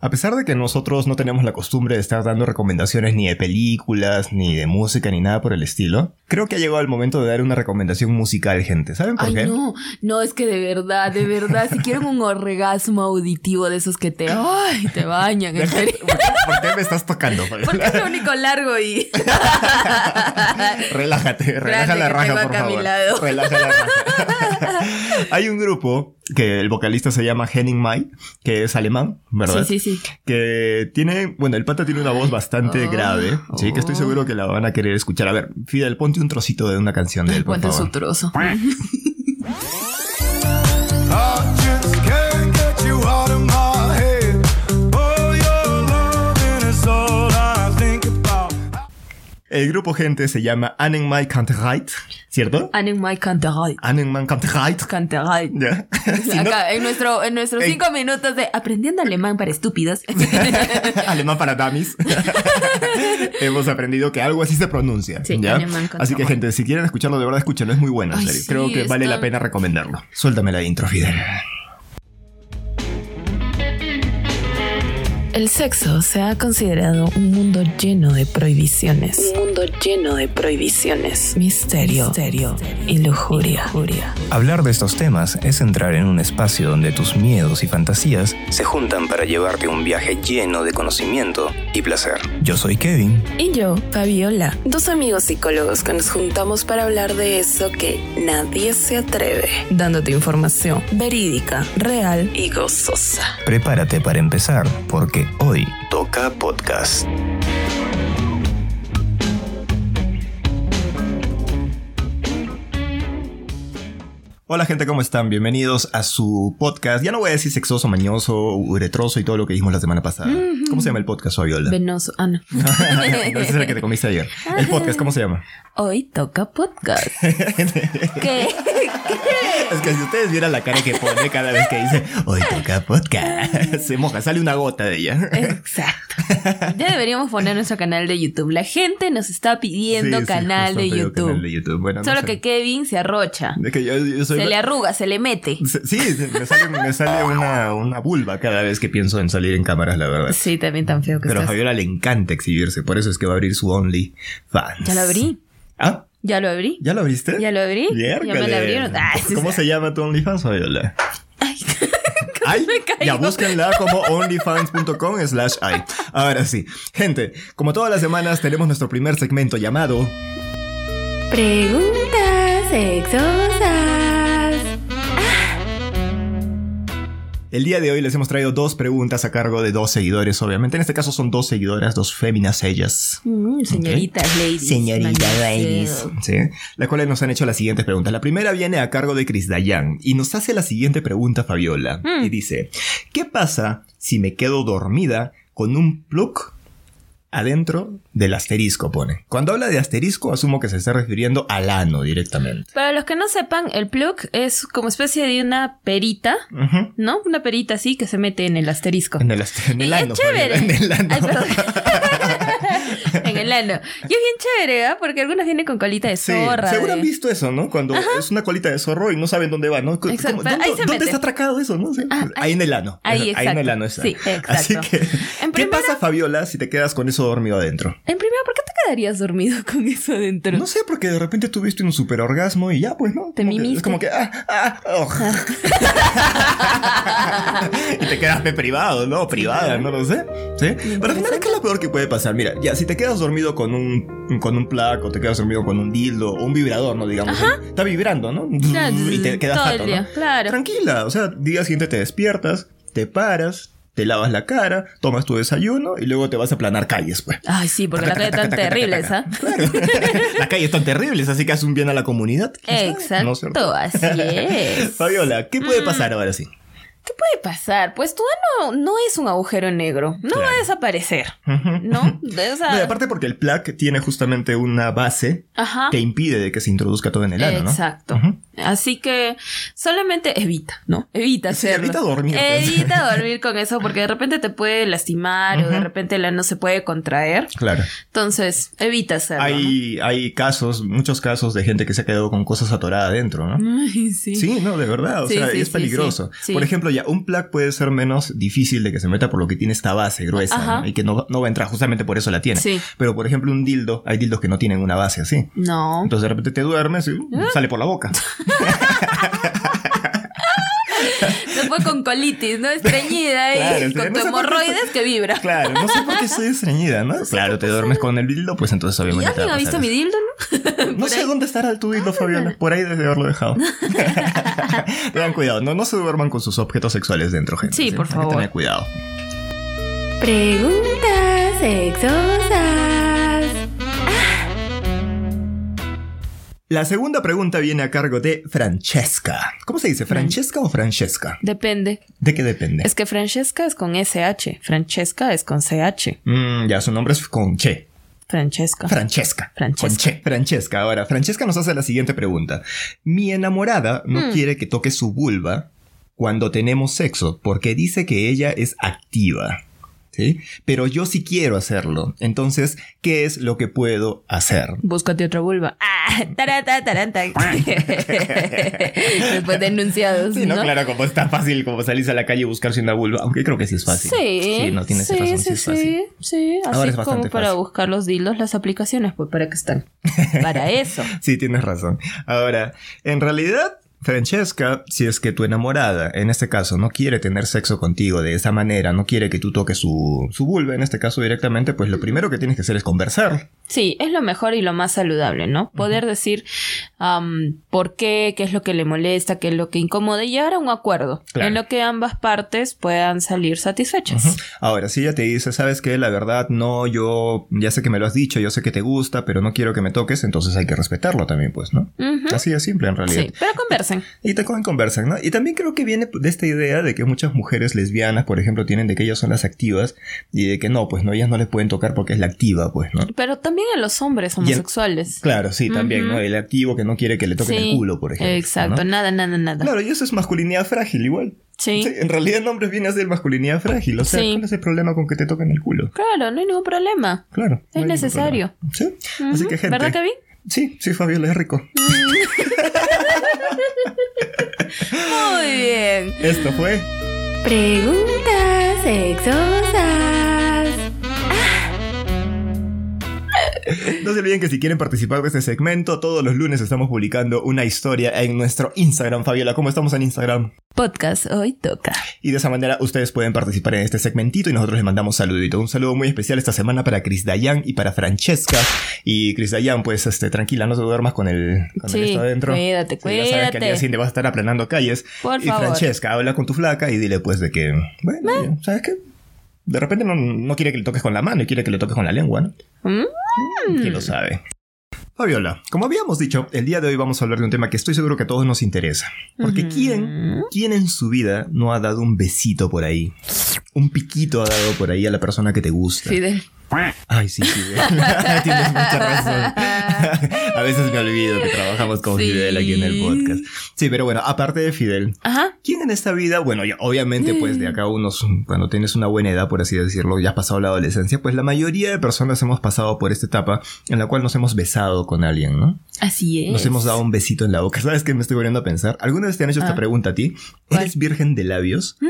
A pesar de que nosotros no tenemos la costumbre de estar dando recomendaciones ni de películas, ni de música, ni nada por el estilo, creo que ha llegado el momento de dar una recomendación musical, gente. ¿Saben por Ay, qué? no, no, es que de verdad, de verdad, si quieren un orgasmo auditivo de esos que te, ay, te bañan, en serio. ¿Por, qué, por qué me estás tocando? Porque es lo único largo y... Relájate, relaja Grande la que raja, tengo por acá a mi favor. lado. Relaja la raja. Hay un grupo que el vocalista se llama Henning May, que es alemán, ¿verdad? Sí, sí, sí. Que tiene, bueno, el pata tiene una voz bastante Oh, grave, sí, que estoy oh. seguro que la van a querer escuchar. A ver, Fidel, ponte un trocito de una canción de él, por Ponte su favor. trozo. I just can't get you out of my head. Oh, your loving is all I think about. El grupo, gente, se llama Annenmay Kantereit, ¿cierto? Anen Mike Canterite. Annenmay Kantereit, Canterite. ¿ya? Si no- Acá, en, nuestro, en nuestros Ey. cinco minutos de aprendiendo alemán para estúpidos. alemán para dummies. Hemos aprendido que algo así se pronuncia. Sí, ¿ya? alemán con Así que, sabor. gente, si quieren escucharlo, de verdad, escúchenlo. Es muy bueno, en Ay, serio. sí, Creo que vale está- la pena recomendarlo. Suéltame la intro, Fidel. El sexo se ha considerado un mundo lleno de prohibiciones. Un mundo lleno de prohibiciones. Misterio, y lujuria. Hablar de estos temas es entrar en un espacio donde tus miedos y fantasías se juntan para llevarte un viaje lleno de conocimiento y placer. Yo soy Kevin. Y yo, Fabiola, dos amigos psicólogos que nos juntamos para hablar de eso que nadie se atreve. Dándote información verídica, real y gozosa. Prepárate para empezar, porque hoy toca podcast. Hola, gente, ¿cómo están? Bienvenidos a su podcast. Ya no voy a decir sexoso, mañoso, uretroso y todo lo que dijimos la semana pasada. ¿Cómo se llama el podcast, Fabiola? Venoso. Ah, no. no ese es el que te comiste ayer. El podcast, ¿cómo se llama? Hoy toca podcast. ¿Qué? Es que si ustedes vieran la cara que pone cada vez que dice, hoy toca podcast, se moja, sale una gota de ella. Exacto. Ya deberíamos poner nuestro canal de YouTube. La gente nos está pidiendo Sí, sí, justo canal, de han pedido YouTube. canal de YouTube. Bueno, no Solo sé. que Kevin se arrocha. Es que yo- yo soy- Se le arruga, se le mete. Se- Sí, se- me sale, me sale una, una vulva cada vez que pienso en salir en cámaras, la verdad. Sí, también tan feo que Pero a estás. Fabiola le encanta exhibirse, por eso es que va a abrir su OnlyFans. Ya lo abrí. ¿Ah? Ya lo abrí. ¿Ya lo abriste? Ya lo abrí. Ya me Yércale. lo abrieron. Ah, sí, ¿Cómo sí. se llama tu OnlyFans, Fabiola? Ay, Ay, me cayó. ya búsquenla como onlyfans.com slash ay. Ahora sí, gente, como todas las semanas tenemos nuestro primer segmento llamado Preguntas exosas. El día de hoy les hemos traído dos preguntas a cargo de dos seguidores, obviamente. En este caso son dos seguidoras, dos féminas ellas. Mm, señoritas, ladies. Señorita mademoiselle. Davis. Sí. Las cuales nos han hecho las siguientes preguntas. La primera viene a cargo de Chris Dayan y nos hace la siguiente pregunta, Fabiola. Mm. Y dice: ¿Qué pasa si me quedo dormida con un plug adentro del asterisco? Pone. Cuando habla de asterisco, asumo que se está refiriendo al ano directamente. Para los que no sepan, el plug es como especie de una perita, Ujú. ¿no? Una perita así que se mete en el asterisco. En el, ast- en el Y es ano. chévere. Fabiola, En el ano. Ay, perdón. en el ano. Y es bien chévere, ¿ah? Porque algunos vienen con colita de Sí, zorra. seguro de- han visto eso, ¿no? Cuando es una colita de zorro y no saben dónde va, ¿no? ¿Cómo- Exacto, ¿Dónde, ahí se dónde mete. está atracado eso, no? Sí, Ah, ahí en el ano. Ahí, en exacto. el ano está. Sí, exacto. Así que, En ¿qué primera- pasa, Fabiola, si te quedas con eso dormido adentro? En primera, ¿por qué te quedarías dormido con eso adentro? No sé, porque de repente tuviste un super orgasmo y ya, pues, ¿no? Como Te que- mimiste. Es como que, ah, ah, oh. y te quedaste privado, ¿no? Privada, no lo sé. ¿Sí? Pero al final, ¿qué es lo peor que puede pasar? Mira, ya, si te quedas dormido con un, con un placo, te quedas dormido con un dildo, o un vibrador, ¿no? Digamos. ¿eh? Está vibrando, ¿no? Claro, Mm, Y te quedas todo jato, el ¿no? día, claro. Tranquila, o sea, día siguiente te despiertas, te paras, te lavas la cara, tomas tu desayuno y luego te vas a planar calles, pues. Ay, sí, porque las calles están terribles, ¿ah? Claro. Las calles están terribles, así que hace un bien a la comunidad. ¿quién sabe? Exacto, ¿No es cierto? así es. Mm. Fabiola, ¿qué puede pasar ahora sí? ¿Qué puede pasar? Pues tu ano no es un agujero negro. No va a desaparecer, ¿no? De- o sea, No, y aparte porque el plaque tiene justamente una base ajá. que impide de que se introduzca todo en el ano, ¿no? Ah. Exacto. Ujú. Así que solamente evita, ¿no? Evita Sí, hacerlo. Eh, evita dormir, pues. Evita dormir con eso porque de repente te puede lastimar o de Ujú. repente el ano se puede contraer. Claro. Entonces, evita hacerlo. Hay, hay casos, muchos casos de gente que se ha quedado con cosas atoradas adentro, ¿no? ¿no? Ay, Mm, sí. Sí, no, de verdad, o Sí, sea, sí, es sí, peligroso. sí, sí. Por ejemplo, ya, un plug puede ser menos difícil de que se meta por lo que tiene esta base gruesa Ajá. ¿no? y que no, no va a entrar, justamente por eso la tiene. Sí. Pero por ejemplo, un dildo, hay dildos que no tienen una base así. No. Ah. Entonces de repente te duermes y uh, sale por la boca. Se fue con colitis, ¿no? Estreñida y Claro, sí, no con tu sé por qué hemorroides que vibra. Claro, no sé por qué estoy estreñida, ¿no? claro, te duermes con el dildo, pues entonces ¿Y obviamente. te alguien va a ha visto pasar mi eso. dildo, no? No Por sé ahí. Ah, dónde estará el tu dildo, Fabiola. Por ahí desde haberlo dejado. Tengan cuidado, no, no se duerman con sus objetos sexuales dentro, gente. Sí, por Hay que favor. tener cuidado. Preguntas sexosas. La segunda pregunta viene a cargo de Francesca. ¿Cómo se dice? ¿Francesca o Francesca? Depende. ¿De qué depende? Mm. Es que Francesca es con SH. Francesca es con CH. Mm, ya, su nombre es con che. Francesca. Francesca. Francesca. Con che. Francesca. Ahora, Francesca nos hace la siguiente pregunta. Mi enamorada no Hmm. quiere que toque su vulva cuando tenemos sexo porque dice que ella es activa. ¿Sí? Pero yo sí quiero hacerlo. Entonces, ¿qué es lo que puedo hacer? Búscate otra vulva. Ah, tarata, taranta. Después de enunciados, Sí, no, ¿no? claro, como está fácil como salís a la calle y buscarse una vulva, aunque creo que sí es fácil. Sí, no tienes sí, razón, sí, sí, es fácil. sí, sí. Así Ahora es como bastante para fácil. buscar los dildos, las aplicaciones, pues para que están. Para eso. Sí, tienes razón. Ahora, en realidad, Francesca, si es que tu enamorada, en este caso, no quiere tener sexo contigo de esa manera, no quiere que tú toques su, su vulva, en este caso directamente, pues lo primero que tienes que hacer es conversar. Sí, es lo mejor y lo más saludable, ¿no? Poder decir am, por qué, qué es lo que le molesta, qué es lo que incomoda y llegar a un acuerdo Claro. en lo que ambas partes puedan salir satisfechas. Ahora, si ella te dice, sabes que la verdad, no, yo ya sé que me lo has dicho, yo sé que te gusta, pero no quiero que me toques, entonces hay que respetarlo también, pues, ¿no? Ujú. Así de simple, en realidad. Sí, pero conversen. Y te con- conversan, ¿no? Y también creo que viene de esta idea de que muchas mujeres lesbianas, por ejemplo, tienen de que ellas son las activas y de que no, pues no, ellas no les pueden tocar porque es la activa, pues, ¿no? Pero también en los hombres en- homosexuales. Claro, sí, también, Ujú. ¿no? El activo que no quiere que le toquen Sí, el culo, por ejemplo. Exacto, ¿no? nada, nada, nada. Claro, y eso es masculinidad frágil igual. Sí. en realidad el nombre viene a ser masculinidad frágil. O sea, Sí. ¿cuál es el problema con que te toquen el culo? Claro, no hay ningún problema. Claro. Es no hay ningún necesario. problema. Sí. Así Ujú. que gente. ¿Verdad que vi? Sí, sí, Fabiola es rico. Muy bien. Esto fue Preguntas sexosas. No se olviden que si quieren participar de este segmento, todos los lunes estamos publicando una historia en nuestro Instagram, Fabiola. ¿Cómo estamos en Instagram? Podcast hoy toca. Y de esa manera ustedes pueden participar en este segmentito y nosotros les mandamos saludito. Un saludo muy especial esta semana para Chris Dayan y para Francesca. Y Chris Dayan, pues este, tranquila, no te duermas con el, con el Sí, esto adentro. cuídate, Sí, Ya sabes que al día cuídate. siguiente vas a estar aplanando calles. Por y favor. Ah. Francesca, habla con tu flaca y dile pues de que, bueno, ya, ¿sabes qué? De repente no, no quiere que le toques con la mano y quiere que le toques con la lengua, ¿no? Mm. ¿Quién lo sabe? Fabiola, como habíamos dicho, el día de hoy vamos a hablar de un tema que estoy seguro que a todos nos interesa. Porque ¿quién, ¿quién en su vida no ha dado un besito por ahí? Un piquito ha dado por ahí a la persona que te gusta. Fidel. Ay, sí, Fidel. Tienes mucha razón. a veces me olvido que trabajamos con Sí. Fidel aquí en el podcast. Sí, pero bueno, aparte de Fidel, Ajá. ¿Quién en esta vida? Bueno, ya, obviamente, pues Mm. de acá unos, cuando tienes una buena edad, por así decirlo, ya has pasado la adolescencia, pues la mayoría de personas hemos pasado por esta etapa en la cual nos hemos besado con alguien, ¿no? Así es. Nos hemos dado un besito en la boca. ¿Sabes qué me estoy volviendo a pensar? ¿Alguna vez te han hecho esta Ah. pregunta a ti? ¿Cuál? ¿Eres virgen de labios?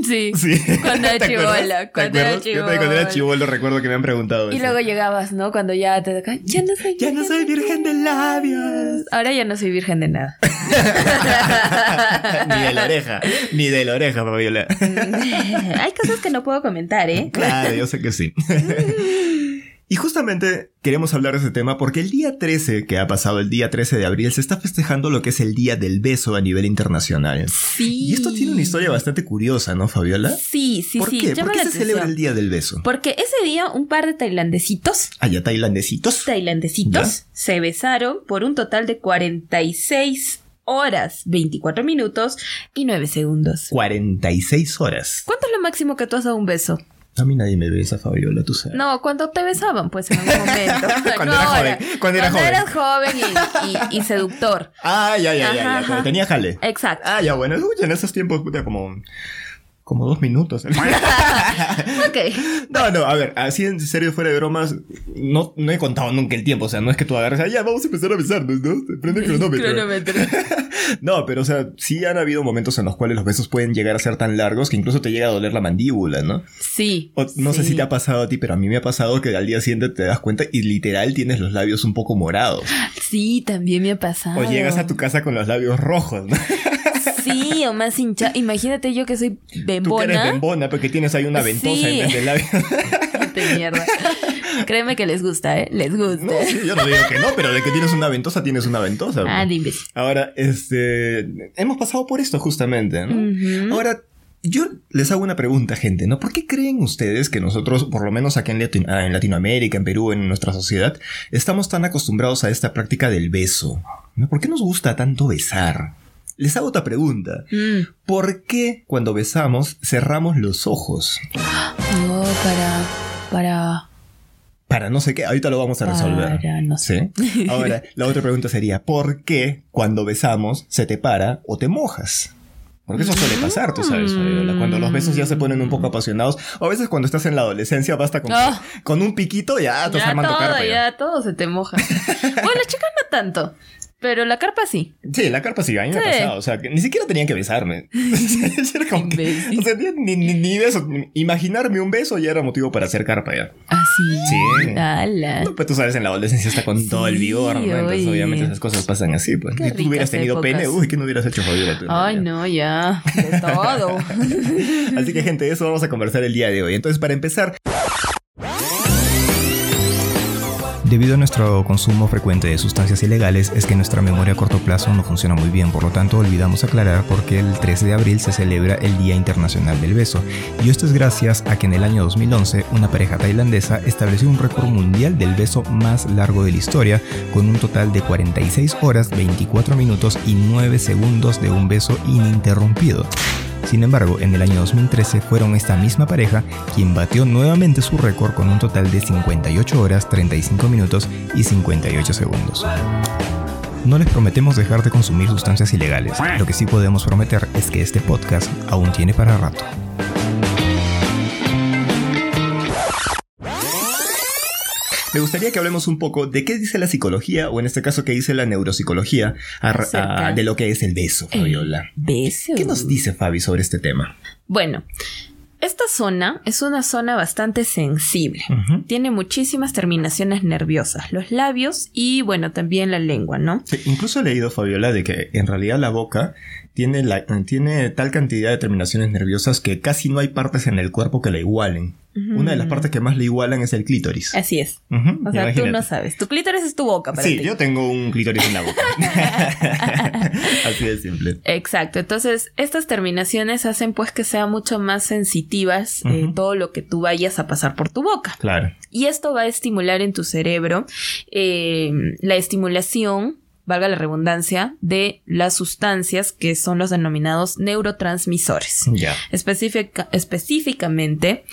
Mm, sí. Cuando era ¿Te acuerdas? chibola, ¿Te cuando era acuerdas? Yo también cuando era chibola. chivolo recuerdo que me han preguntado Y eso. luego llegabas, ¿no? Cuando ya te acá, ya no soy Ya no soy virgen de labios. Ahora ya no soy virgen de nada. ni de la oreja, ni de la oreja, Fabiola. Hay cosas que no puedo comentar, ¿eh? Claro, yo sé que sí. Y justamente queremos hablar de ese tema porque el día 13 que ha pasado, el día 13 de abril, se está festejando lo que es el Día del Beso a nivel internacional. Sí. Y esto tiene una historia bastante curiosa, ¿no, Fabiola? Sí, sí, ¿Por sí. qué? llama ¿Por qué la se atención. celebra el Día del Beso? Porque ese día un par de tailandesitos, Allá tailandesitos. tailandesitos, ¿Ya? se besaron por un total de 46 horas, 24 minutos y 9 segundos. 46 horas. ¿Cuánto es lo máximo que tú has dado un beso? A mí nadie me besa, Fabiola, tú sabes. No, cuando te besaban, pues en algún momento. Cuando No era ahora. joven, cuando era joven. eras joven y, y- y seductor. Ah, ya, ya, ya, ya, Ajá, cuando ajá. Eh. tenía jale. Exacto. Ah, ya, bueno, uy, en esos tiempos, puta, como, como dos minutos. Ok. No, no, a ver, así en serio, fuera de bromas, no, no he contado nunca el tiempo. O sea, no es que tú agarres, ah, ya, vamos a empezar a besarnos, ¿no? Prende el cronómetro. no, pero o sea, sí han habido momentos en los cuales los besos pueden llegar a ser tan largos que incluso te llega a doler la mandíbula, ¿no? Sí. O- no sé sí. si te ha pasado a ti, pero a mí me ha pasado que al día siguiente te das cuenta y literal tienes los labios un poco morados. Sí, también me ha pasado. O llegas a tu casa con los labios rojos, ¿no? Sí, o más hincha. Imagínate yo que soy Tú que eres bembona. bembona porque tienes ahí una ventosa Sí. en vez del labio. Te este mierda. Créeme que les gusta, ¿eh? Les gusta. No, sí, yo no digo que no, pero de que tienes una ventosa, tienes una ventosa. Ah, de imbécil. Ahora, este, hemos pasado por esto justamente, ¿no? Ujú. Ahora, yo les hago una pregunta, gente, ¿no? ¿Por qué creen ustedes que nosotros, por lo menos aquí en, Latino- ah, en Latinoamérica, en Perú, en nuestra sociedad, estamos tan acostumbrados a esta práctica del beso? ¿No? ¿Por qué nos gusta tanto besar? Les hago otra pregunta. Mm. ¿Por qué cuando besamos cerramos los ojos? No, para. Para. Para no sé qué, ahorita lo vamos a resolver. Para, no ¿Sí? Ahora, la otra pregunta sería, ¿por qué cuando besamos se te para o te mojas? Porque eso suele pasar, tú Ah. sabes, Fabiola, cuando los besos ya se ponen un poco apasionados, o a veces cuando estás en la adolescencia basta con, Ah. con un piquito, ya estás ya armando todo, carpa. ya. ya todo se te moja. bueno, las chicas no tanto. Pero la carpa sí. Sí, la carpa sí, a mí me ha Sí. pasado, o sea, que ni siquiera tenían que besarme. Era como que- Imbécil. o sea, ni, ni- ni beso, imaginarme un beso ya era motivo para hacer carpa ya. Así. Sí. Ah, Ala. No, pues tú sabes, en la adolescencia está con todo el Eh. Sí, vigor, ¿no? Entonces, oye. obviamente, esas cosas pasan así, pues. Qué Si tú hubieras ricas tenido pene, épocas. uy, ¿qué no hubieras hecho, Fabiola? tú, Ay, ya? no, ya. De todo. Así que, gente, de eso vamos a conversar el día de hoy. Entonces, para empezar, Debido a nuestro consumo frecuente de sustancias ilegales es que nuestra memoria a corto plazo no funciona muy bien, por lo tanto olvidamos aclarar por qué el 13 de abril se celebra el Día Internacional del Beso. Y esto es gracias a que en el año 2011 una pareja tailandesa estableció un récord mundial del beso más largo de la historia, con un total de 46 horas, 24 minutos y 9 segundos de un beso ininterrumpido. Sin embargo, en el año 2013 fueron esta misma pareja quien batió nuevamente su récord con un total de 58 horas, 35 minutos y 58 segundos. No les prometemos dejar de consumir sustancias ilegales, lo que sí podemos prometer es que este podcast aún tiene para rato. me gustaría que hablemos un poco de qué dice la psicología, o en este caso, qué dice la neuropsicología, a- Acerca. a- de lo que es el beso, Fabiola. Beso. ¿Qué nos dice Fabi sobre este tema? Bueno, esta zona es una zona bastante sensible. Ujú. Tiene muchísimas terminaciones nerviosas, los labios y bueno, también la lengua, ¿no? Sí, incluso he leído, Fabiola, de que en realidad la boca tiene, la, tiene tal cantidad de terminaciones nerviosas que casi no hay partes en el cuerpo que la igualen. Una de las partes que más le igualan es el clítoris. Así Mm. es. Ujú, O sea, tú no imagínate. sabes. Tu clítoris es tu boca para Sí, ti. yo tengo un clítoris en la boca. Así de simple. Exacto, entonces estas terminaciones hacen pues que sean mucho más sensitivas eh, Ujú. todo lo que tú vayas a pasar por tu boca. Claro. Y esto va a estimular en tu cerebro eh, la estimulación, valga la redundancia, de las sustancias que son los denominados neurotransmisores. Ya. Específica- específicamente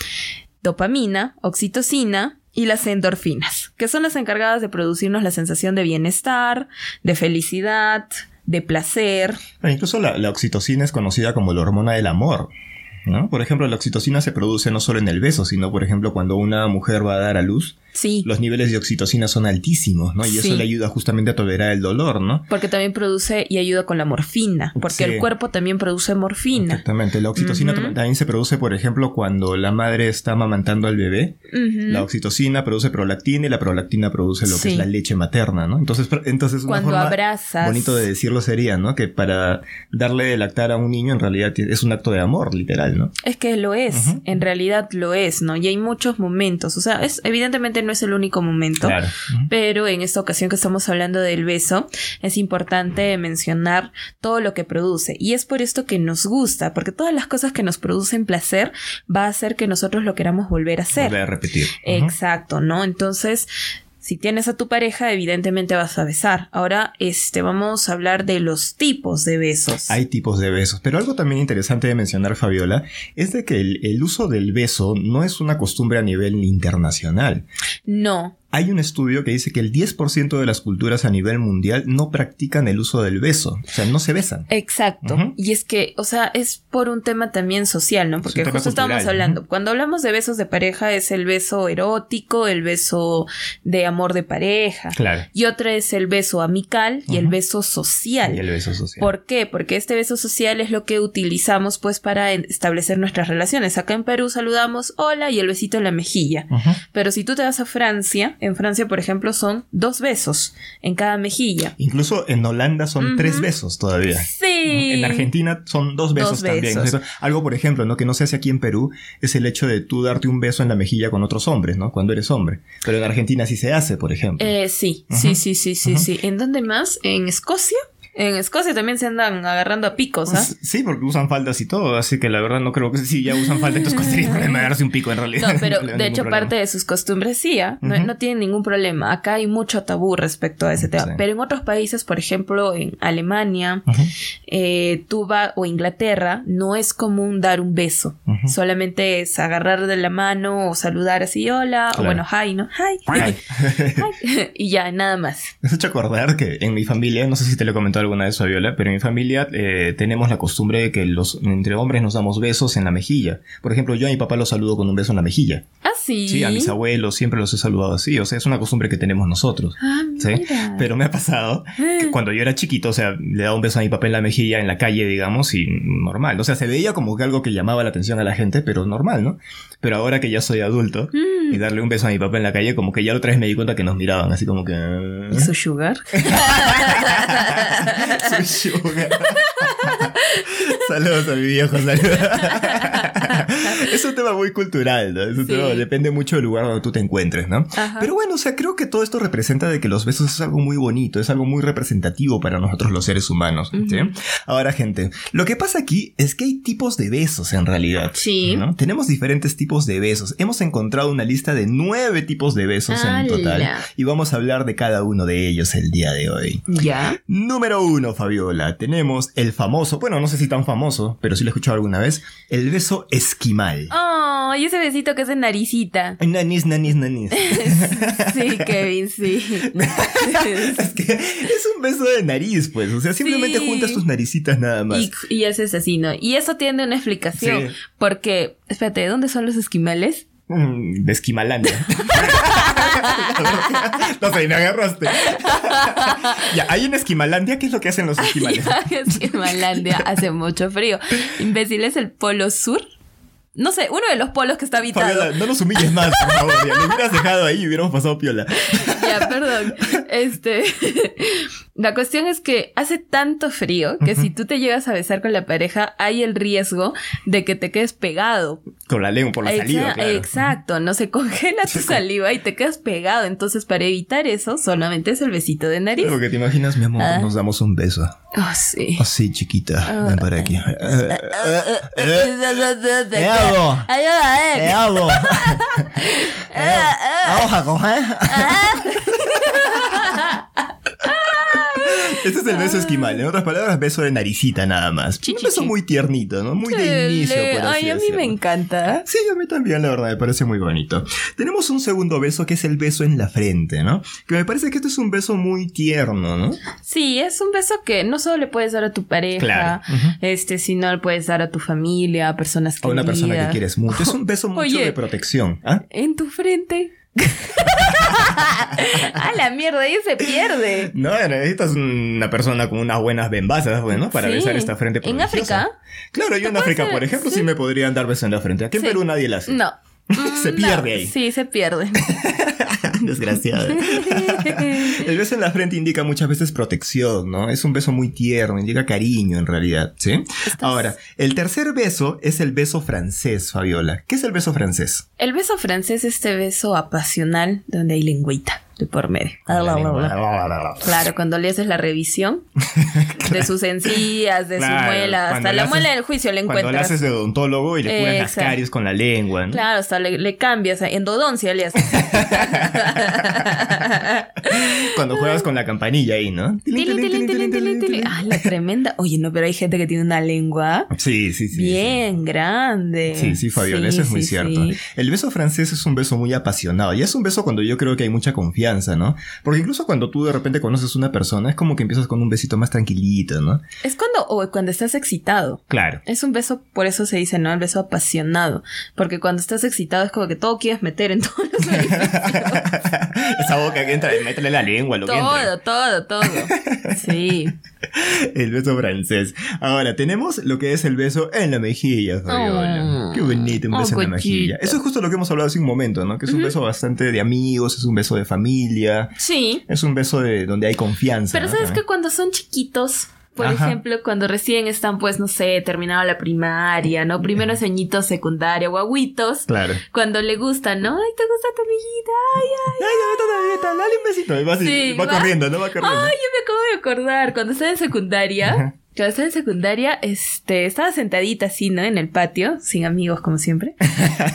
dopamina, oxitocina y las endorfinas, que son las encargadas de producirnos la sensación de bienestar, de felicidad, de placer. Ah, incluso la, la oxitocina es conocida como la hormona del amor. ¿no? Por ejemplo, la oxitocina se produce no solo en el beso, sino, por ejemplo, cuando una mujer va a dar a luz, Sí, los niveles de oxitocina son altísimos, ¿no? Y eso Sí. le ayuda justamente a tolerar el dolor, ¿no? porque también produce y ayuda con la morfina, porque Sí. el cuerpo también produce morfina. Exactamente. La oxitocina Ujú. tam- también se produce, por ejemplo, cuando la madre está amamantando al bebé. Ujú. La oxitocina produce prolactina y la prolactina produce lo que Sí. es la leche materna, ¿no? Entonces, pr- entonces una Cuando forma abrazas. bonito de decirlo sería, ¿no? Que para darle de lactar a un niño en realidad ti- es un acto de amor, literal, ¿no? Es que lo es, Ujú. en realidad lo es, ¿no? Y hay muchos momentos, o sea, es, evidentemente no es el único momento, Ujú. pero en esta ocasión que estamos hablando del beso, es importante mencionar todo lo que produce. Y es por esto que nos gusta, porque todas las cosas que nos producen placer va a hacer que nosotros lo queramos volver a hacer. Volver a repetir. Ujú. Exacto, ¿no? Entonces, si tienes a tu pareja, evidentemente vas a besar. Ahora, este, vamos a hablar de los tipos de besos. Hay tipos de besos, pero algo también interesante de mencionar, Fabiola, es de que el, el uso del beso no es una costumbre a nivel internacional. No, Hay un estudio que dice que el 10% de las culturas a nivel mundial no practican el uso del beso, o sea, no se besan. Exacto. Ujú. Y es que, o sea, es por un tema también social, ¿no? Porque tema justo estábamos cultural, hablando. ujú. Cuando hablamos de besos de pareja es el beso erótico, el beso de amor de pareja. Claro. Y otra es el beso amical y el Ujú. beso social. Y el beso social. ¿Por qué? Porque este beso social es lo que utilizamos pues para en- establecer nuestras relaciones. Acá en Perú saludamos hola y el besito en la mejilla. Ujú. Pero si tú te vas a Francia, en Francia por ejemplo son dos besos en cada mejilla. Incluso en Holanda son Ujú. tres besos todavía. Sí. En Argentina son dos besos Dos también. ¿no es besos. cierto? Algo, por ejemplo, ¿no? que no se hace aquí en Perú es el hecho de tú darte un beso en la mejilla con otros hombres, ¿no? Cuando eres hombre. Pero en Argentina sí se hace, por ejemplo. Eh, sí, Ujú. sí, sí, sí, sí, Ujú. sí. ¿En dónde más? ¿En Escocia? En Escocia también se andan agarrando a picos, ¿ah? Pues, Sí, porque usan faldas y todo, así que la verdad no creo que si ya usan falda, entonces costaría problema darse un pico en No, realidad. pero No hay de ningún hecho problema. parte de sus costumbres sí, ¿ah? no, Ujú. no tienen ningún problema. Acá hay mucho tabú respecto a ese tema. Sí. Pero en otros países, por ejemplo, en Alemania, Ujú. eh, Tuba o Inglaterra, no es común dar un beso. Ujú. Solamente es agarrar de la mano o saludar así, hola, o Claro. bueno, hi, ¿no? Hi. Ay, hi. y ya, nada más. Me has hecho acordar que en mi familia, no sé si te lo comentó alguna vez Fabiola, pero en mi familia eh, tenemos la costumbre de que los entre hombres nos damos besos en la mejilla. Por ejemplo, yo a mi papá lo saludo con un beso en la mejilla. Así. Sí, a mis abuelos siempre los he saludado así, o sea, es una costumbre que tenemos nosotros. Ah, Sí, mira. Ah. Pero me ha pasado que cuando yo era chiquito, o sea, le daba un beso a mi papá en la mejilla en la calle, digamos, y normal. O sea, se veía como que algo que llamaba la atención a la gente, pero normal, ¿no? Pero ahora que ya soy adulto Mm. y darle un beso a mi papá en la calle, como que ya la otra vez me di cuenta que nos miraban, así como que. ¿Y su sugar? Soy sugar. Saludos a mi viejo, saludos. es un tema muy cultural, ¿no? Es un Sí. tema- depende mucho del lugar donde tú te encuentres, ¿no? Ajá. Pero bueno, o sea, creo que todo esto representa de que los besos es algo muy bonito, es algo muy representativo para nosotros los seres humanos. ¿sí? Ujú. Ahora, gente, lo que pasa aquí es que hay tipos de besos en realidad. Sí. ¿no? Tenemos diferentes tipos de besos. Hemos encontrado una lista de nueve tipos de besos en total. ¡Hala! Y vamos a hablar de cada uno de ellos el día de hoy. Ya. Número uno, Fabiola, tenemos el famoso, bueno, no sé si tan famoso, pero sí lo he escuchado alguna vez, el beso esquimal. Oh, y ese besito que es de naricita. Ay, Nanis, nanis, nanis. Sí, Kevin, sí. Es que es un beso de nariz, pues. O sea, simplemente Sí. juntas tus naricitas nada más. Y, y haces así, ¿no? Y eso tiene una explicación. Sí. Porque, espérate, ¿de dónde son los esquimales? Mm, de esquimalandia. no sé, me agarraste. ya, hay en esquimalandia, ¿qué es lo que hacen los esquimales? Esquimalandia hace mucho frío. Imbécil, ¿es el polo sur? No sé, uno de los polos que está habitado. Fabiola, no nos humilles más, por favor. Ya, lo hubieras dejado ahí y hubiéramos pasado piola. Ya, perdón. Este. La cuestión es que hace tanto frío que si tú te llegas a besar con la pareja, hay el riesgo de que te quedes pegado. Con la lengua, por la Exa- salida, claro. Exacto, no se congela tu saliva y te quedas pegado. Entonces, para evitar eso, solamente es el besito de nariz. Porque te imaginas, mi amor, Ah. nos damos un beso. Oh, sí. Así, chiquita. Ven para aquí. Eh, eh, eh. Te hago? Ayuda, eh. Te amo. eh, Vamos a coger. Este es el beso esquimal. En otras palabras, beso de naricita nada más. Un beso muy tiernito, ¿no? Muy de inicio, por así Ay, a mí me decirlo. encanta. Sí, a mí también, la verdad, me parece muy bonito. Tenemos un segundo beso que es el beso en la frente, ¿no? Que me parece que este es un beso muy tierno, ¿no? Sí, es un beso que no solo le puedes dar a tu pareja, Claro. Ujú. este, sino le puedes dar a tu familia, a personas A queridas. una persona que quieres mucho. Es un beso mucho Oye. de protección. ¿ah? En tu frente. a la mierda, ahí se pierde. No, necesitas una persona con unas buenas bembasas, bueno, para Sí. besar esta frente. ¿En prodigiosa. África? Claro, yo en África, ser- por ejemplo, sí. sí. me podrían dar beso en la frente. Aquí en Sí. Perú nadie la hace. No. Se Mm, pierde ahí. Sí, se pierde. Desgraciado. El beso en la frente indica muchas veces protección, ¿no? Es un beso muy tierno, indica cariño en realidad, ¿sí? Ahora, el tercer beso es el beso francés, Fabiola. ¿Qué es el beso francés? El beso francés es este beso apasional donde hay lengüita. de por medio. Claro, cuando le haces la revisión de sus encías, de sus Claro, muelas, cuando hasta le la haces- muela del juicio le Cuando le encuentras. haces de odontólogo y le curas las Exacto. caries con la lengua, ¿no? Claro, hasta le, le cambias, endodoncia le haces. Cuando juegas con la campanilla ahí, ¿no? Tilín, tilín, tilín, tilín, tilín. Ah, la tremenda. Oye, no, pero hay gente que tiene una lengua Sí, sí, sí. bien grande. Sí, sí, Fabiola, eso es muy sí, cierto. sí. El beso francés es un beso muy apasionado y es un beso cuando yo creo que hay mucha confianza, ¿no? Porque incluso cuando tú de repente conoces una persona es como que empiezas con un besito más tranquilito, ¿no? Es cuando, o cuando estás excitado. Claro. Es un beso, por eso se dice, ¿no? El beso apasionado. Porque cuando estás excitado es como que todo quieres meter en todos los Esa boca que entra, métele la lengua, lo que entra. Todo, todo, todo. Sí. El beso francés. Ahora, tenemos lo que es el beso en la mejilla, Fabiola. Oh. Qué bonito, un beso Oh, en la mejilla. cochito. Eso es justo lo que hemos hablado hace un momento, ¿no? Que es un beso bastante de amigos, es un beso de familia, Sí. es un beso de donde hay confianza. Pero ¿no? sabes que También. cuando son chiquitos, por Ajá. ejemplo, cuando recién están, pues, no sé, terminado la primaria, ¿no? Primeros añitos secundaria, guaguitos. Claro. Cuando le gusta, ¿no? Ay, te gusta tu amiguita. Ay, ay. Ay, ya, dale, dale, dale un besito. Y va, así, Sí, va va. Ah, corriendo, ¿no? Va corriendo. Ay, yo me acabo de acordar. Cuando estaba en secundaria, Ajá. cuando estaba en secundaria, este, estaba sentadita así, ¿no? En el patio, sin amigos como siempre.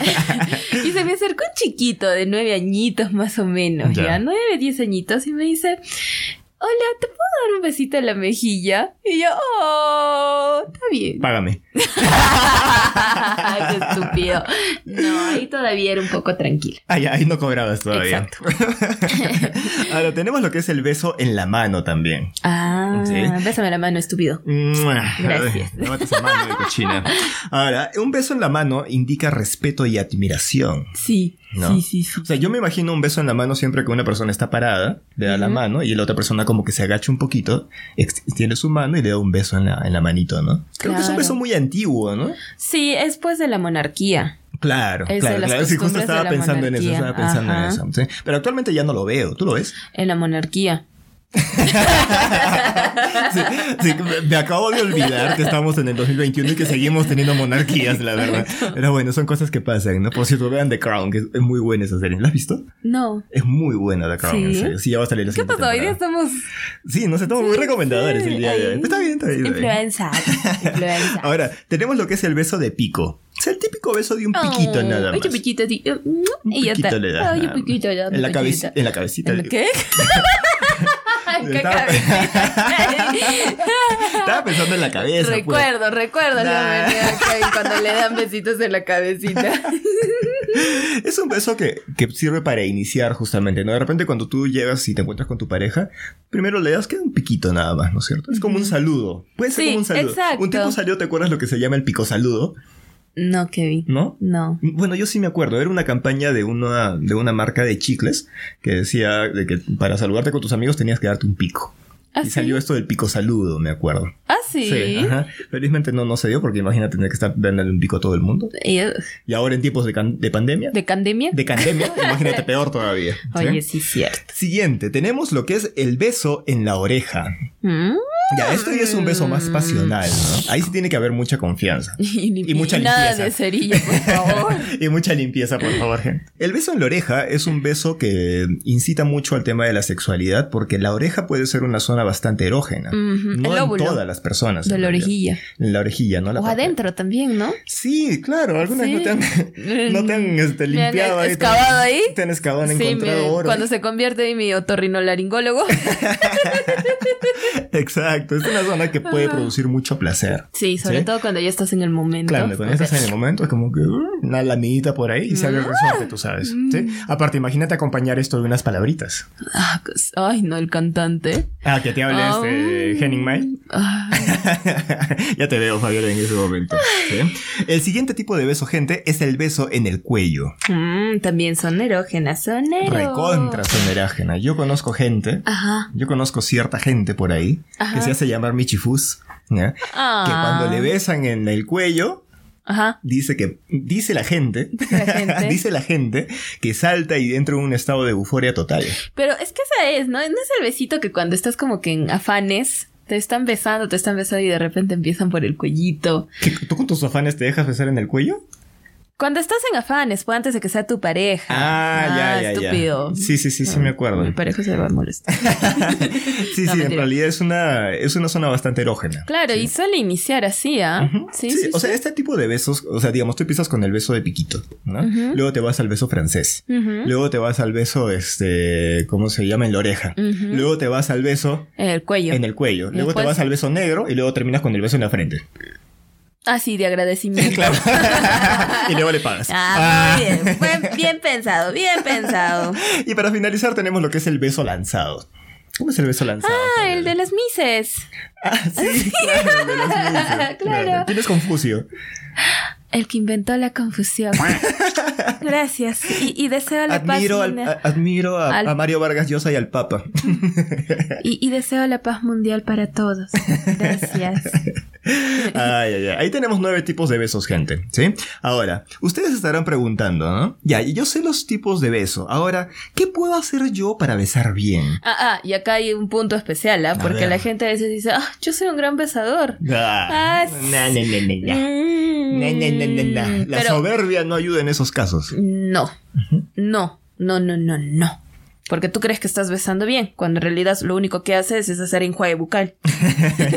y se me acercó un chiquito de nueve añitos más o menos, Ya. ya, nueve, diez añitos, y me dice. Hola, ¿te puedo dar un besito en la mejilla? Y yo, oh, está bien. Págame. Qué estúpido. No, ahí todavía era un poco tranquila. Ay, Ah, ahí no cobrabas todavía. Ahora tenemos lo que es el beso en la mano también. Ah, Sí. bésame la mano, estúpido. Mua. Gracias. Ay, lávate esa mano de cochina. Ahora, un beso en la mano indica respeto y admiración. Sí, No. sí, sí, sí. O sea, yo me imagino un beso en la mano siempre que una persona está parada, le da la Ujú. mano y la otra persona como que se agacha un poquito, extiende su mano y le da un beso en la, en la manito, ¿no? Creo que es un Claro. beso muy antiguo, ¿no? Sí, es pues de la monarquía. Claro, Es de claro, las claro. Sí, justo costumbres de estaba la pensando en eso, monarquía. estaba pensando en Ajá. eso. ¿sí? Pero actualmente ya no lo veo, ¿tú lo ves? En la monarquía. Sí, sí, me- me acabo de olvidar que estamos en el 2021 y que seguimos teniendo monarquías, la verdad. Pero bueno, son cosas que pasan, ¿no? Por cierto, vean The Crown, que es es muy buena esa serie. ¿La has visto? No. Es muy buena The Crown, en Sí. serio. Sí, ya va a salir la ¿Qué siguiente pasó? Hoy día temporada. estamos Sí, nos estamos muy recomendadores el día de hoy. Ay. Pero Está bien, está bien. está bien. influenza. Influenza. Ahora, tenemos lo que es el beso de pico. Es el típico beso de un piquito nada más. Oye, piquito, sí. Un y ya piquito está. le das, Oye, nada más. piquito, ya. en la, piquito. cabeci- en la cabecita. ¿En la digo. qué? Ay, ¿Qué Estaba- cabecita? Estaba pensando en la cabeza. pues. Recuerdo, recuerdo la Nah. verdad que cuando le dan besitos en la cabecita. Es un beso que, que sirve para iniciar justamente, ¿no? De repente cuando tú llegas y te encuentras con tu pareja, primero le das que un piquito nada más, ¿no es cierto? Es como un saludo. Puede ser Sí, como un saludo. exacto. Un tipo salió, ¿te acuerdas lo que se llama el pico saludo? No, Kevin. ¿No? No. Bueno, yo sí me acuerdo. Era una campaña de una, de una marca de chicles que decía de que para saludarte con tus amigos tenías que darte un pico. ¿Ah, y sí? salió esto del pico saludo, me acuerdo. Ah, sí. ajá. Felizmente no, no se dio porque imagínate tener que estar dándole un pico a todo el mundo. Y- Y ahora en tiempos de, can- de pandemia. ¿De candemia? de pandemia, imagínate peor todavía. ¿sí? Oye, sí, cierto. Siguiente, tenemos lo que es el beso en la oreja. Mm. Ya, esto ya es un beso más pasional, ¿no? Ahí sí tiene que haber mucha confianza. Y, Y mucha Nada limpieza. de cerilla, por favor. Y mucha limpieza, por favor, gente. El beso en la oreja es un beso que incita mucho al tema de la sexualidad porque la oreja puede ser una zona bastante erógena. Ujú, Mm, el No en lóbulo todas las personas. de en la realidad. orejilla. En la orejilla, ¿no? La O parte- adentro también, ¿no? Sí, claro, algunas Sí. Mm. no te han, no te han, este, Me han limpiado ahí, te han- excavado ahí. Te han excavado, han Sí, encontrado me- oro. cuando se convierte en mi otorrinolaringólogo. Exacto, es una zona que puede producir mucho placer. sí, sobre todo cuando ya estás en el momento. Claro, cuando estás en el momento es como que uh, una lamidita por ahí y sale el resorte, tú sabes. Mm. ¿sí? Aparte, imagínate acompañar esto de unas palabritas. Ah, cos- Ay, no, el cantante. Ah, que te habla Ah, este mm. Henning May. Ah, ya te veo, Fabiola, en ese momento. ¿sí? El siguiente tipo de beso, gente, es el beso en el cuello. mm, también son erógenas, son erógenas. Recontra sonerágena. Yo conozco gente. Ajá. Yo conozco cierta gente por ahí que Ajá. se hace llamar Michifus. ¿ya? Ah. Que cuando le besan en el cuello, Ajá. dice que dice la gente, Dice la gente. dice la gente que salta y entra en un estado de euforia total. Pero es que esa es, ¿no? No es el besito que cuando estás como que en afanes, te están besando, te están besando y de repente empiezan por el cuellito. ¿Que ¿Tú con tus afanes te dejas besar en el cuello? Cuando estás en afanes, pues antes de que sea tu pareja. Ah, ya, ya, ya. estúpido. Sí, sí, sí, sí, me acuerdo. Mi pareja se va a molestar. sí, No, sí, en mentira. realidad es una, es una zona bastante erógena. Claro, y suele iniciar así, ¿ah? Ujú. Sí, sí, o sea, sí. este tipo de besos, o sea, digamos, tú empiezas con el beso de piquito, ¿no? Ujú. Luego te vas al beso francés. Ujú. Luego te vas al beso, este, ¿cómo se llama? En la oreja. Ujú. Luego te vas al beso En el cuello. en el cuello. Luego Después- te vas al beso negro y luego terminas con el beso en la frente. Ah, sí, de agradecimiento. Claro. y luego le pagas. Ah, muy bien. Buen- bien pensado, bien pensado. Y para finalizar tenemos lo que es el beso lanzado. ¿Cómo es el beso lanzado? Ah, el de las mises. Ah, sí, claro, el de los Claro. niños, ¿Quién es Confucio? El que inventó la confusión. Gracias. Y, y deseo la Admiro, paz al- mundial. a- admiro a, Al- a Mario Vargas Llosa y al Papa. Y, y deseo la paz mundial para todos. Gracias. Ay, ay, ay. Ahí tenemos nueve tipos de besos, gente. ¿Sí? Ahora, ustedes estarán preguntando, ¿no? Ya, y yo sé los tipos de beso. Ahora, ¿qué puedo hacer yo para besar bien? Ah, ah, y acá hay un punto especial, ¿ah? Porque ver. la gente a veces dice, ah, yo soy un gran besador. Ah, Ah, na, na, na, na, na. Na, na, na, na, na. Mm, La pero soberbia no ayuda en esos casos. no, no, no, no, no, no. Porque tú crees que estás besando bien, cuando en realidad lo único que haces es hacer enjuague bucal.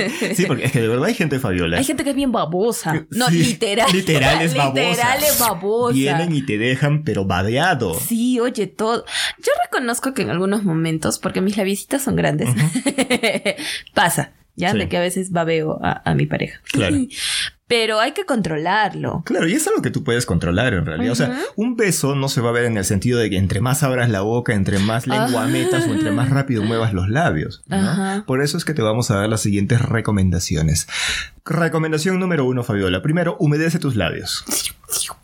Sí, porque es que de verdad hay gente Fabiola. Hay gente que es bien babosa. No, Sí, literal. Literal es babosa. Literal es babosa. Vienen y te dejan, pero babeado. Sí, oye, todo. Yo reconozco que en algunos momentos, porque mis labiecitos son grandes, pasa, ya, Sí. de que a veces babeo a, a mi pareja. Claro. Pero hay que controlarlo. Claro, y es algo que tú puedes controlar en realidad. O sea, un beso no se va a ver en el sentido de que entre más abras la boca, entre más lengua Ajá. metas o entre más rápido muevas los labios. ¿no? Ah. Ajá. Por eso es que te vamos a dar las siguientes recomendaciones. Recomendación número uno, Fabiola. Primero, humedece tus labios.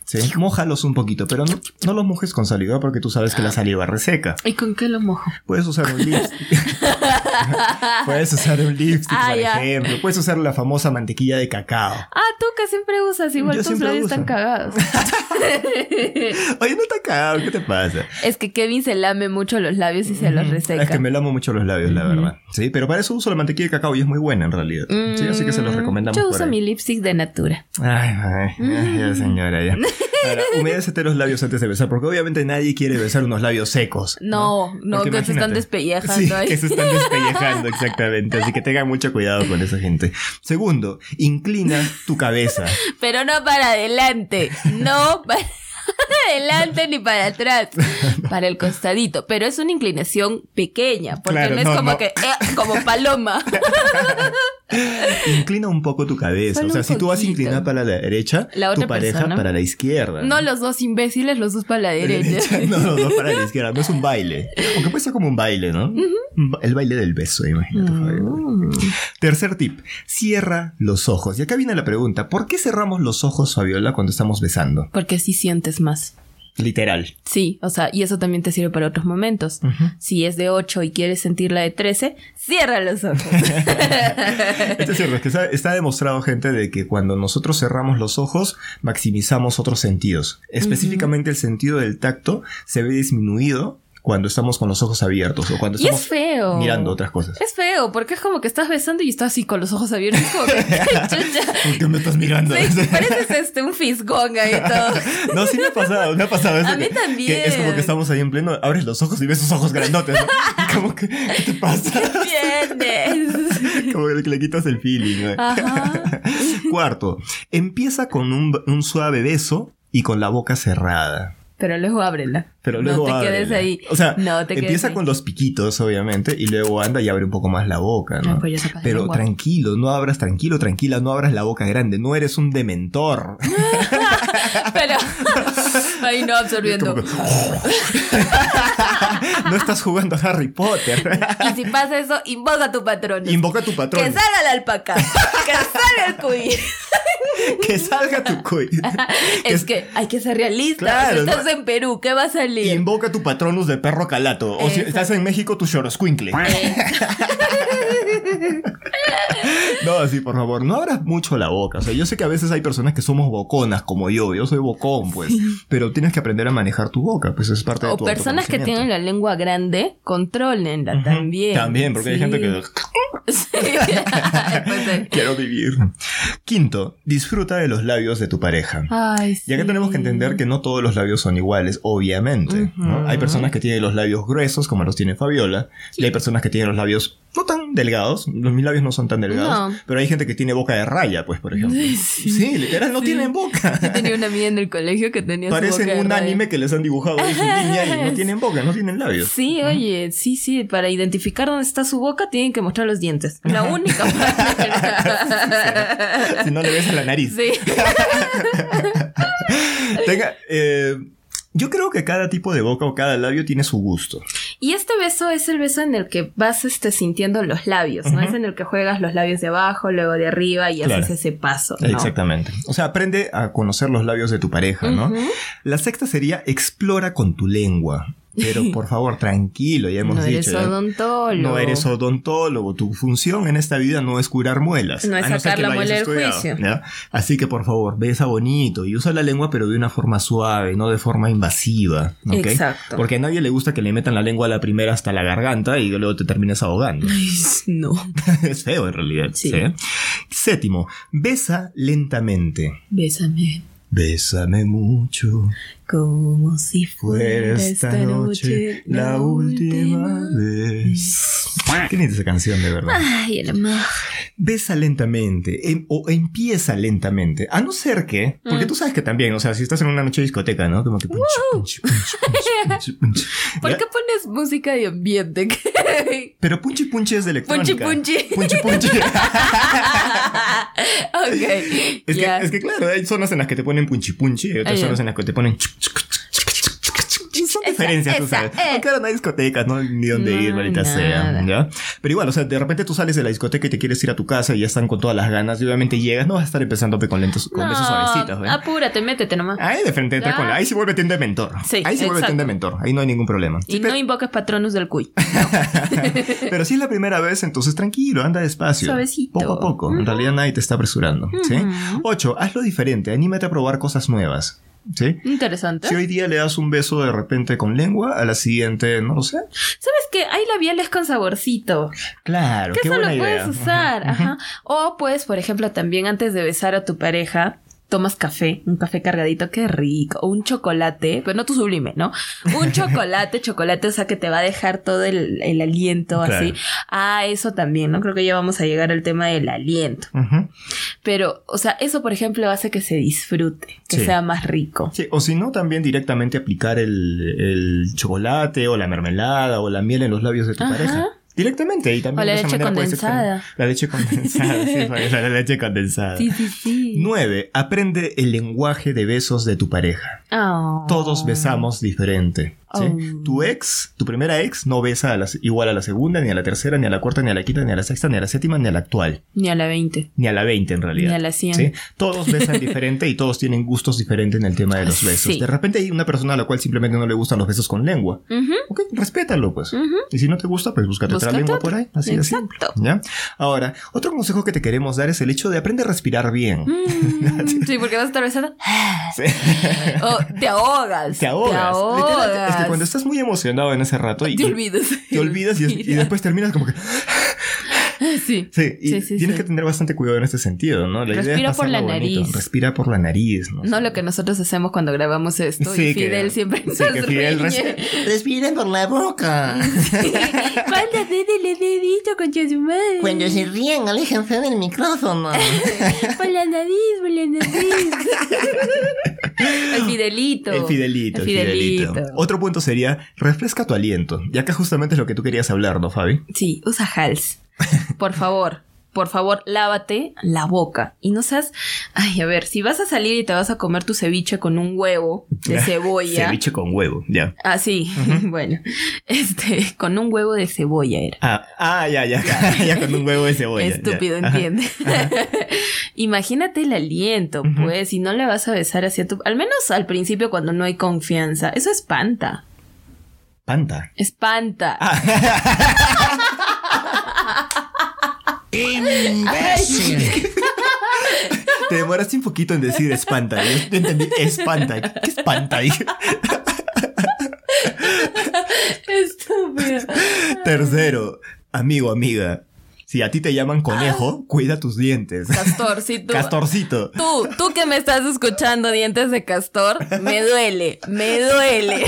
Sí, mójalos un poquito, pero no, no los mojes con saliva porque tú sabes que la saliva reseca. ¿Y con qué lo mojo? Puedes usar un lipstick. Puedes usar un lipstick, Ah, por ya. ejemplo. Puedes usar la famosa mantequilla de cacao. Ah, tú que siempre usas, igual Yo tus siempre labios uso. están cagados. Oye, no está cagado, ¿qué te pasa? es que Kevin se lame mucho los labios y se los reseca. Es que me lamo mucho los labios, la verdad. Sí, pero para eso uso la mantequilla de cacao y es muy buena en realidad. Sí, así que se los Mm, recomendamos. Yo por uso ahí. mi Mm. lipstick de natura. Ay, ay, ay, ya, señora, ya. Ahora, humedécete los labios antes de besar, porque obviamente nadie quiere besar unos labios secos. No, no, Porque que se están imagínate. despellejando Sí, ahí. que se están despellejando, exactamente. Así que tengan mucho cuidado con esa gente. Segundo, inclina tu cabeza. Pero no para adelante. No para adelante ni para atrás. Para el costadito. Pero es una inclinación pequeña. Porque Claro, no es no, como no. que. eh, como paloma. Inclina un poco tu cabeza. Solo o sea, un si tú vas a poquito. inclinar para la derecha, La otra tu pareja persona. para la izquierda. No los dos imbéciles, los dos para la derecha. No, no, no, para la izquierda, no es un baile. Aunque puede ser como un baile, ¿no? Un ba- El baile del beso, imagínate. Mm. Fabiola. Tercer tip, cierra los ojos. Y acá viene la pregunta, ¿por qué cerramos los ojos, Fabiola, cuando estamos besando? Porque así sientes más. Literal. Sí, o sea, y eso también te sirve para otros momentos. Si es de 8 y quieres sentir la de 13, cierra los ojos. Esto es cierto, es que está, está demostrado, gente, de que cuando nosotros cerramos los ojos, maximizamos otros sentidos. Específicamente el sentido del tacto se ve disminuido cuando estamos con los ojos abiertos o cuando y es estamos feo. mirando otras cosas. Es feo, porque es como que estás besando y estás así con los ojos abiertos. Como que, chucha. ¿Por qué me estás mirando? Sí, pareces este, un fisgón ahí todo. No, sí me ha pasado, me ha pasado eso. A mí que- también. que es como que estamos ahí en pleno, abres los ojos y ves sus ojos grandotes. ¿no? Y como que, ¿qué te pasa? Tienes. Como que le quitas el feeling. Ah. ¿no? Ajá. Cuarto, empieza con un, un suave beso y con la boca cerrada. Pero luego ábrela. Pero No luego te ábrela. quedes ahí. O sea, no te quedes empieza ahí. con los piquitos, obviamente, y luego anda y abre un poco más la boca, ¿no? Ah, pues ya se pasa Pero lengua. tranquilo, no abras tranquilo, tranquila, no abras la boca grande, no eres un dementor. Pero ahí no absorbiendo. Como que- no estás jugando a Harry Potter. Y si pasa eso, invoca a tu patrón. Invoca a tu que patrón. salga la alpaca. Que salga el cuy. Que salga tu cuy. Es que hay que ser realista. Claro, si estás ¿no? en Perú, ¿qué va a salir? Invoca tu patronus de perro calato. O si Exacto. estás en México, tu choroscuincle. Eh, No, sí, por favor, no abras mucho la boca. O sea, yo sé que a veces hay personas que somos boconas, como yo. Yo soy bocón, pues. Pero tienes que aprender a manejar tu boca, pues es parte de o tu personas que autoconocimiento. tienen la lengua grande, contrólenla Ujú. también. También, porque hay gente Sí. Pues, eh, que. Después de- Quiero vivir. Quinto, disfruta de los labios de tu pareja. Ay, Ya que sí. tenemos que entender que no todos los labios son iguales, obviamente. ¿no? Ujú. Hay personas que tienen los labios gruesos, como los tiene Fabiola, y hay personas que tienen los labios no tan delgados. Los mis labios no son tan No. delgados, pero hay gente que tiene boca de raya, pues, por ejemplo. Sí, literal, no Sí. tienen boca. Yo tenía una amiga en el colegio que tenía su boca Parecen de un raya. anime que les han dibujado en su niña y no tienen boca, no tienen labios. Sí, oye, sí, sí, para identificar dónde está su boca tienen que mostrar los dientes. La única Si manera. no le ves a la nariz. Sí. Tenga, eh, yo creo que cada tipo de boca o cada labio tiene su gusto. Y este beso es el beso en el que vas este, sintiendo los labios, ¿no? Ujú. Es en el que juegas los labios de abajo, luego de arriba y Claro. haces ese paso, ¿no? Exactamente. O sea, aprende a conocer los labios de tu pareja, ¿no? Ujú. La sexta sería explora con tu lengua. Pero por favor, tranquilo, ya hemos No dicho. eres ya- odontólogo. No eres odontólogo. Tu función en esta vida no es curar muelas. No es a ser sacar que la lo hayas muela del estudiado, juicio. ¿ya? Así que por favor, besa bonito y usa la lengua, pero de una forma suave, no de forma invasiva. ¿ok? Exacto. Porque a nadie le gusta que le metan la lengua a la primera hasta la garganta y luego te terminas ahogando. No. es feo en realidad. Sí. ¿sí? Séptimo, besa lentamente. Bésame Bésame mucho. como si Fue fuera esta, noche la última vez. Ah. ¿Qué necesita esa canción de verdad? Ay, el amor. Besa lentamente em- o empieza lentamente. A no ser que, porque Mm. tú sabes que también, o sea, si estás en una noche de discoteca, ¿no? Como que. punch, punch, punch, punch, punch, punch. ¿Por Ya, qué pones música de ambiente? ¿Qué? Pero punchi punchi es de punchi electrónica. punchi. Punchi punchi. ok. Es, ya. que, es que claro, hay zonas en las que te ponen punchi punchi y Ah, otras ya. zonas en las que te ponen. chuc, chuc, chuc, chuc, chuc, chuc, chuc, chuc. Son Esa, diferencias, tú esa, sabes. eh. Claro, no hay discotecas, no hay ni dónde No, ir, maldita nada. sea. ¿ya? Pero igual, o sea, de repente tú sales de la discoteca y te quieres ir a tu casa y ya están con todas las ganas y obviamente llegas, no vas a estar empezando pe- con lentos, con besos suavecitos. ¿eh? apúrate, métete nomás. Ahí de frente entra Ah. con la. Ahí se vuelve tienda de mentor. Sí, ahí se vuelve exacto. tienda de mentor. Ahí no hay ningún problema. y no invocas patronus del cuy. Pero si es la primera vez, entonces tranquilo, anda despacio. Suavecito. Poco a poco. En realidad nadie te está apresurando. ¿sí? Ujú. Ocho, hazlo diferente. Anímate a probar cosas nuevas. ¿Sí? Interesante. Si hoy día le das un beso de repente con lengua, a la siguiente, no lo sé. ¿Sabes qué? Hay labiales con saborcito. Claro, Que qué eso buena lo puedes idea. usar. Ajá. O puedes, por ejemplo, también antes de besar a tu pareja, tomas café, un café cargadito, qué rico. O un chocolate, pero no tu sublime, ¿no? Un chocolate, chocolate, o sea, que te va a dejar todo el, el aliento Claro. así. Ah, eso también, ¿no? Creo que ya vamos a llegar al tema del aliento. Ujú. Pero, o sea, eso, por ejemplo, hace que se disfrute, que Sí. sea más rico. Sí, o si no, también directamente aplicar el, el chocolate o la mermelada o la miel en los labios de tu Ajá. pareja. Directamente. Y también O la de esa leche manera puedes condensada. experimentar. La leche condensada, sí, Fabiola, la leche condensada. Sí, sí, sí. 9. Aprende el lenguaje de besos de tu pareja. Ah. Todos besamos diferente. ¿sí? Oh. Tu ex, tu primera ex, no besa a la- igual a la segunda, ni a la tercera, ni a la cuarta, ni a la quinta, ni a la sexta, ni a la séptima, ni a la actual. Ni a la 20. Ni a la 20 en realidad. Ni a la 100. ¿sí? Todos besan diferente y todos tienen gustos diferentes en el tema de los besos. Sí. De repente hay una persona a la cual simplemente no le gustan los besos con lengua. Ujú. Ok, respétalo pues. Ujú. Y si no te gusta, pues búscate, Mm. otra Búscate lengua otra. por ahí. Así de simple. Exacto. ¿Ya? Ahora, otro consejo que te queremos dar es el hecho de aprender a respirar bien. Mm, sí, porque vas a estar besando. Sí. O te ahogas. Te ahogas. Literal, es que ahogas. cuando estás muy emocionado en ese rato y te olvidas. te olvidas y, es- y después terminas como que... Sí. Sí, y Sí, sí, tienes sí. que tener bastante cuidado en este sentido, ¿no? La idea Respira es por la pasarla bonito. nariz. Respira por la nariz, ¿no? No lo que nosotros hacemos cuando grabamos esto. y Sí, que- Fidel siempre Sí, que nos Fidel riñe. res- respiren por la boca. Manda, dédele dedito con su madre. Cuando se ríen, aléjense del micrófono. Por la nariz, por la nariz. El Fidelito. El fidelito, el fidelito. Otro punto sería, refresca tu aliento. Ya que justamente es lo que tú querías hablar, ¿no, Fabi? Sí, usa Hals. Por favor, por favor, lávate la boca. Y no seas. Ay, a ver, si vas a salir y te vas a comer tu ceviche con un huevo de cebolla. Ceviche con huevo, ya. Ah, sí, bueno. Este, con un huevo de cebolla era. Ah, ah, ya, ya, ya, con un huevo de cebolla. ya. Estúpido, Ajá. entiende. Imagínate el aliento, Ujú. pues, y no le vas a besar hacia tu. Al menos al principio, cuando no hay confianza. Eso espanta. Panta. Espanta. Ah. Te demoraste un poquito en decir espanta. Yo te entendí, espanta. ¿Qué espanta? Dije. Estúpido. Tercero, amigo, amiga. Si a ti te llaman conejo, cuida tus dientes. Castor, sí, tú. Castorcito. Tú, tú que me estás escuchando, dientes de castor, me duele, me duele.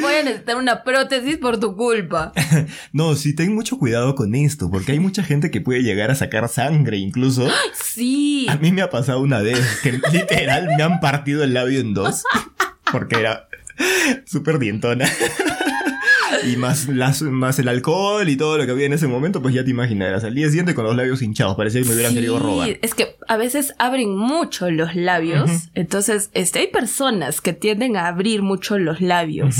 Voy a necesitar una prótesis por tu culpa. No, sí, ten mucho cuidado con esto, porque hay mucha gente que puede llegar a sacar sangre incluso. Sí. A mí me ha pasado una vez que literal me han partido el labio en dos, porque era súper dientona. Y más, las- más el alcohol y todo lo que había en ese momento, pues ya te imaginarás. Al día siguiente con los labios hinchados, parecía que me hubieran querido Sí, robar. Es que a veces abren mucho los labios. Entonces, este, hay personas que tienden a abrir mucho los labios.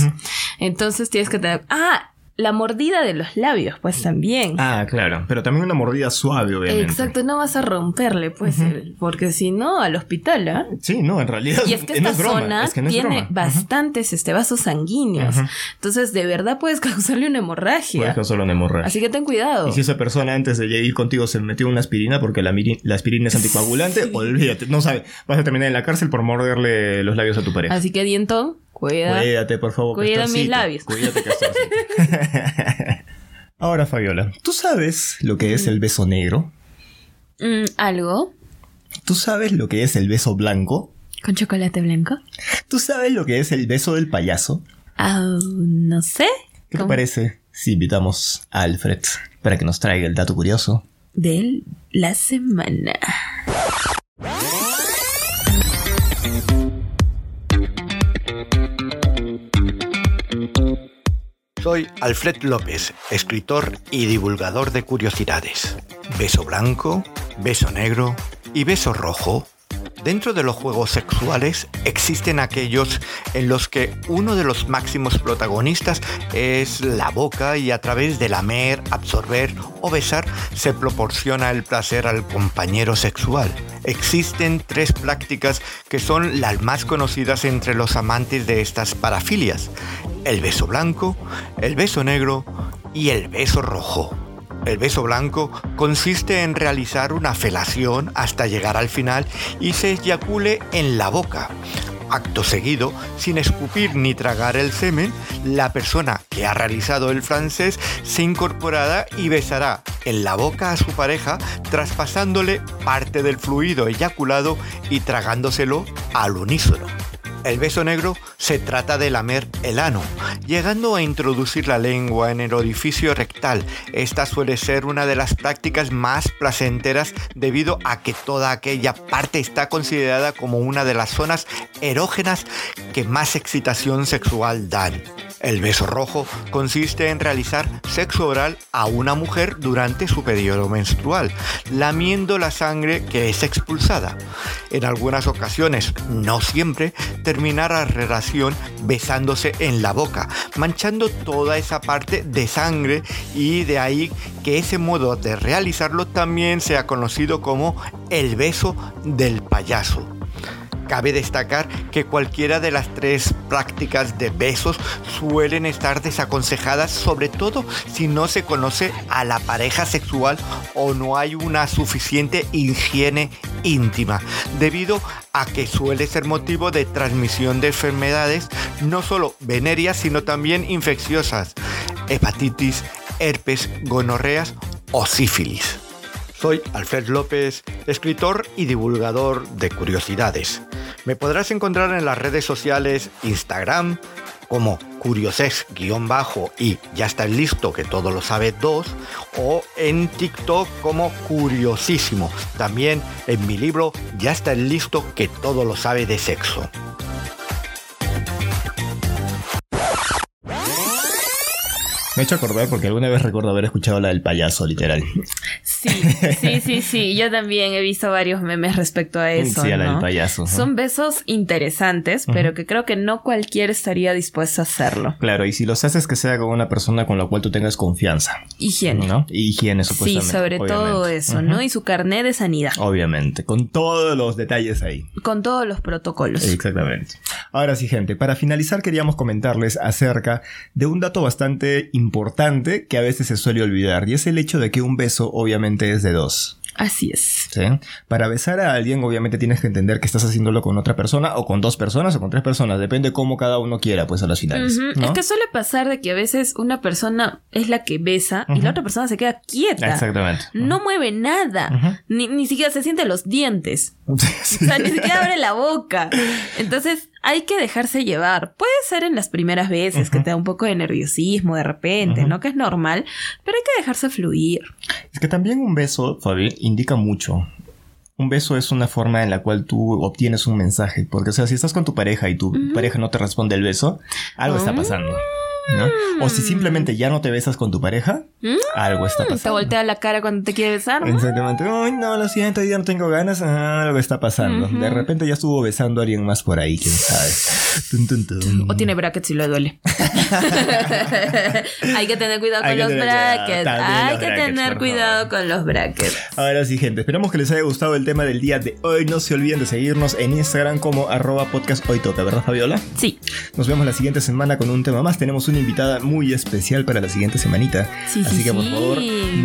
Entonces tienes que tener. Ah, la mordida de los labios, pues también. Ah, claro. Pero también una mordida suave, obviamente. Exacto, no vas a romperle, pues, el- porque si no, al hospital, ¿ah? Sí, no, en realidad. Y es que no esta es broma, zona es que no es tiene broma. Ujú. bastantes este, vasos sanguíneos. Entonces, de verdad puedes causarle una Puedes hemorragia. causarlo en hemorragia. Así que ten cuidado. Y si esa persona antes de ir contigo se metió una aspirina porque la, miri- la aspirina es anticoagulante, olvídate, no sabe, vas a terminar en la cárcel por morderle los labios a tu pareja. Así que, dientón, cuida. Cuídate, por favor. Cuida mis Castorcito. labios. Cuídate, Castorcito. Ahora, Fabiola, ¿tú sabes lo que es el beso negro? Mm, ¿Algo? ¿Tú sabes lo que es el beso blanco? ¿Con chocolate blanco? ¿Tú sabes lo que es el beso del payaso? Ah, no sé. ¿Qué te ¿Cómo? parece si invitamos a Alfred para que nos traiga el dato curioso? De la semana. Soy Alfred López, escritor y divulgador de curiosidades. Beso blanco, beso negro y beso rojo. Dentro de los juegos sexuales existen aquellos en los que uno de los máximos protagonistas es la boca y a través de lamer, absorber o besar se proporciona el placer al compañero sexual. Existen tres prácticas que son las más conocidas entre los amantes de estas parafilias el beso blanco, el beso negro y el beso rojo. El beso blanco consiste en realizar una felación hasta llegar al final y se eyacule en la boca. Acto seguido, sin escupir ni tragar el semen, la persona que ha realizado el francés se incorporará y besará en la boca a su pareja, traspasándole parte del fluido eyaculado y tragándoselo al unísono. El beso negro se trata de lamer el ano, llegando a introducir la lengua en el orificio rectal. Esta suele ser una de las prácticas más placenteras debido a que toda aquella parte está considerada como una de las zonas erógenas que más excitación sexual dan. El beso rojo consiste en realizar sexo oral a una mujer durante su periodo menstrual, lamiendo la sangre que es expulsada. En algunas ocasiones, no siempre, terminar la relación besándose en la boca, manchando toda esa parte de sangre y de ahí que ese modo de realizarlo también sea conocido como el beso del payaso. Cabe destacar que cualquiera de las tres prácticas de besos suelen estar desaconsejadas, sobre todo si no se conoce a la pareja sexual o no hay una suficiente higiene íntima, debido a que suele ser motivo de transmisión de enfermedades no solo venéreas, sino también infecciosas, hepatitis, herpes, gonorreas o sífilis. Soy Alfred López, escritor y divulgador de curiosidades. Me podrás encontrar en las redes sociales Instagram como curiosex-bajo y ya está listo que todo lo sabe 2 o en TikTok como curiosísimo. También en mi libro ya está listo que todo lo sabe de sexo. Me he hecho acordar porque alguna vez recuerdo haber escuchado la del payaso, literal. Sí, sí, sí, sí. Yo también he visto varios memes respecto a eso. sí, a la ¿no? del payaso. ajá. Son besos interesantes, pero que creo que no cualquiera estaría dispuesto a hacerlo. Claro, y si los haces que sea con una persona con la cual tú tengas confianza, Higiene. ¿no? Y higiene, sí, supuestamente. sobre todo obviamente. eso, Ujú. ¿no? Y su carnet de sanidad, Obviamente, con todos los detalles ahí. con todos los protocolos. Exactamente. Ahora sí, gente, para finalizar queríamos comentarles acerca de un dato bastante importante que a veces se suele olvidar, y es el hecho de que un beso obviamente normalmente es de dos. Así es. ¿sí? Para besar a alguien, obviamente tienes que entender que estás haciéndolo con otra persona, o con dos personas, o con tres personas. Depende cómo cada uno quiera, pues a las finales. Ujú. ¿no? Es que suele pasar de que a veces una persona es la que besa y Ujú. la otra persona se queda quieta. Exactamente. No mueve nada. Ujú. ni, ni siquiera se siente los dientes. Sí. O sea, ni siquiera abre la boca. Entonces, hay que dejarse llevar. Puede ser en las primeras veces que te da un poco de nerviosismo de repente, Ujú. ¿no? Que es normal, pero hay que dejarse fluir. Es que también un beso, Fabi, indica mucho. Un beso es una forma en la cual tú obtienes un mensaje. Porque, o sea, si estás con tu pareja y tu pareja no te responde el beso, algo Mm. está pasando. ¿no? O si simplemente ya no te besas con tu pareja, algo está Mm, Te pasando. voltea la cara cuando te quiere besar. Exactamente. Ay, no, lo siento, ya no tengo ganas. Ah, algo está pasando. De repente ya estuvo besando a alguien más por ahí, quién sabe. Tun, tun, tun. O tiene brackets y le duele. hay que tener cuidado Hay con que los tener brackets. cuidado. También Hay los que brackets, tener por cuidado con los brackets. Ahora sí, gente, esperamos que les haya gustado el tema del día de hoy. No se olviden de seguirnos en Instagram como arroba podcast hoy toca, ¿verdad, Fabiola? Sí, Nos vemos la siguiente semana con un tema más. Tenemos una invitada muy especial para la siguiente semanita. Sí, Así sí, que por sí. favor,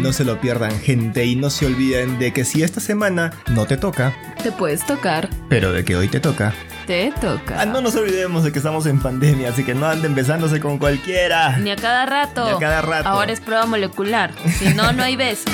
no se lo pierdan, gente. Y no se olviden de que si esta semana no te toca, te puedes tocar. pero de que hoy te toca. Te toca. Ah, no nos olvidemos de que estamos en pandemia, así que no anden besándose con cualquiera. Ni a cada rato. Ni a cada rato. Ahora es prueba molecular. Si no, no hay beso.